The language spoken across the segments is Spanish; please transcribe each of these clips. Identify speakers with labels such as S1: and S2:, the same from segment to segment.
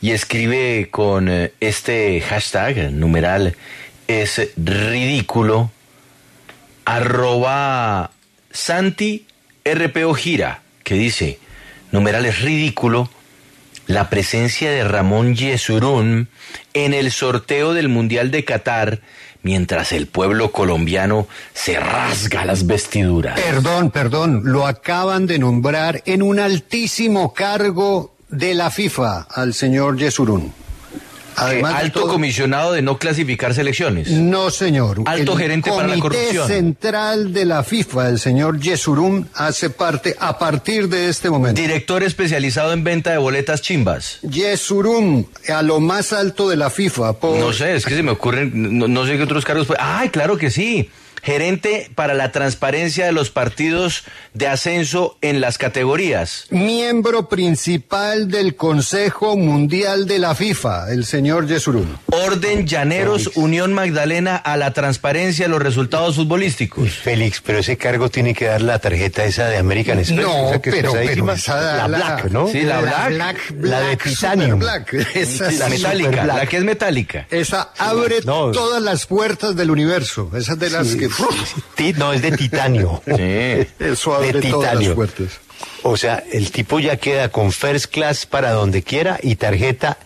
S1: y escribe con eh, este hashtag, numeral, es ridículo, arroba Santi RPO Gira, que dice, numeral es ridículo, la presencia de Ramón Yesurún en el sorteo del Mundial de Qatar mientras el pueblo colombiano se rasga las vestiduras.
S2: Perdón, perdón, lo acaban de nombrar en un altísimo cargo de la FIFA al señor Yesurún.
S1: Además de Eh, alto
S2: todo-
S1: comisionado de no clasificar selecciones.
S2: No, señor.
S1: Alto
S2: El
S1: gerente para la corrupción.
S2: Comité central de la FIFA, el señor Yesurún, hace parte a partir de este momento.
S1: Director especializado en venta de boletas chimbas.
S2: Yesurún, a lo más alto de la FIFA. Por...
S1: No sé, es que se me ocurren, no, no sé qué otros cargos. puede- Ay, claro que sí. Gerente para la transparencia de los partidos de ascenso en las categorías.
S2: Miembro principal del Consejo Mundial de la FIFA, el señor Yesurún.
S1: Orden Llaneros, Unión Magdalena a la transparencia de los resultados futbolísticos.
S3: Félix, pero ese cargo tiene que dar la tarjeta esa de American Express.
S2: No,
S3: esa que es
S2: pero, pero
S3: pesadísima.
S2: esa da
S3: la, Black, ¿no?
S1: Sí, la Black.
S3: La de
S2: Black,
S3: Titanium.
S2: Super Black. Esa,
S1: La
S2: sí.
S1: metálica, la que es metálica.
S2: Esa abre
S3: No.
S2: todas las puertas del universo. Esas de las que...
S3: Ti- no, es de titanio.
S1: Sí.
S2: Eso abre
S3: de
S2: todas las
S3: titanio.
S2: puertas.
S3: O sea, el tipo ya queda con first class para donde quiera y tarjeta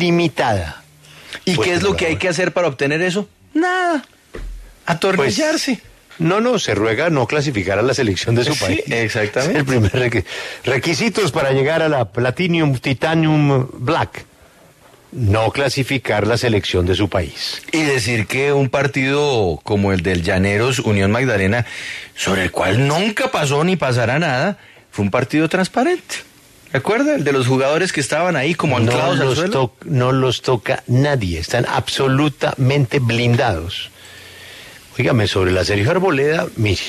S3: ilimitada.
S1: ¿Y
S3: Pues,
S1: qué es lo que hay que hacer para obtener eso? Nada.
S3: Pues,
S1: Atornillarse.
S3: No, no, se ruega no clasificar a la selección de su
S1: Sí,
S3: país.
S1: exactamente.
S3: Es El primer requi- requisitos para llegar a la Platinum Titanium Black. No clasificar la selección de su país.
S1: Y decir que un partido como el del Llaneros Unión Magdalena, sobre el cual nunca pasó ni pasará nada, fue un partido transparente. ¿Recuerda? El de los jugadores que estaban ahí como
S3: No
S1: anclados al
S3: los,
S1: suelo.
S3: toc- no los toca nadie, están absolutamente blindados. Óigame, sobre la Sergio Arboleda, mire,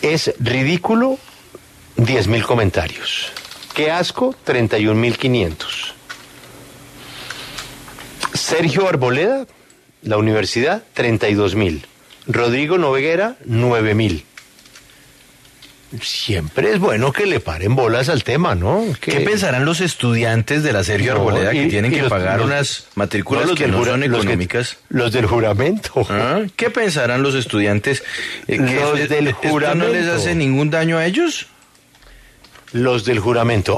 S3: es ridículo 10.000 comentarios. Qué asco, 31.500. Sergio Arboleda, la universidad, 32.000. Rodrigo Noguera, 9.000. Siempre es bueno que le paren bolas al tema, ¿no?
S1: ¿Qué
S3: Que-
S1: pensarán los estudiantes de la Sergio
S3: No,
S1: Arboleda que
S3: y-
S1: tienen
S3: y
S1: que
S3: los-
S1: pagar
S3: los-
S1: unas matrículas
S3: no, los
S1: que
S3: del
S1: no
S3: jura-
S1: son
S3: los que-
S1: económicas?
S3: Los del juramento.
S1: ¿Ah? ¿Qué pensarán los estudiantes? eh,
S3: Los
S1: este-
S3: del
S1: esto no les
S3: juramento.
S1: hace ningún daño a ellos?
S3: Los del juramento.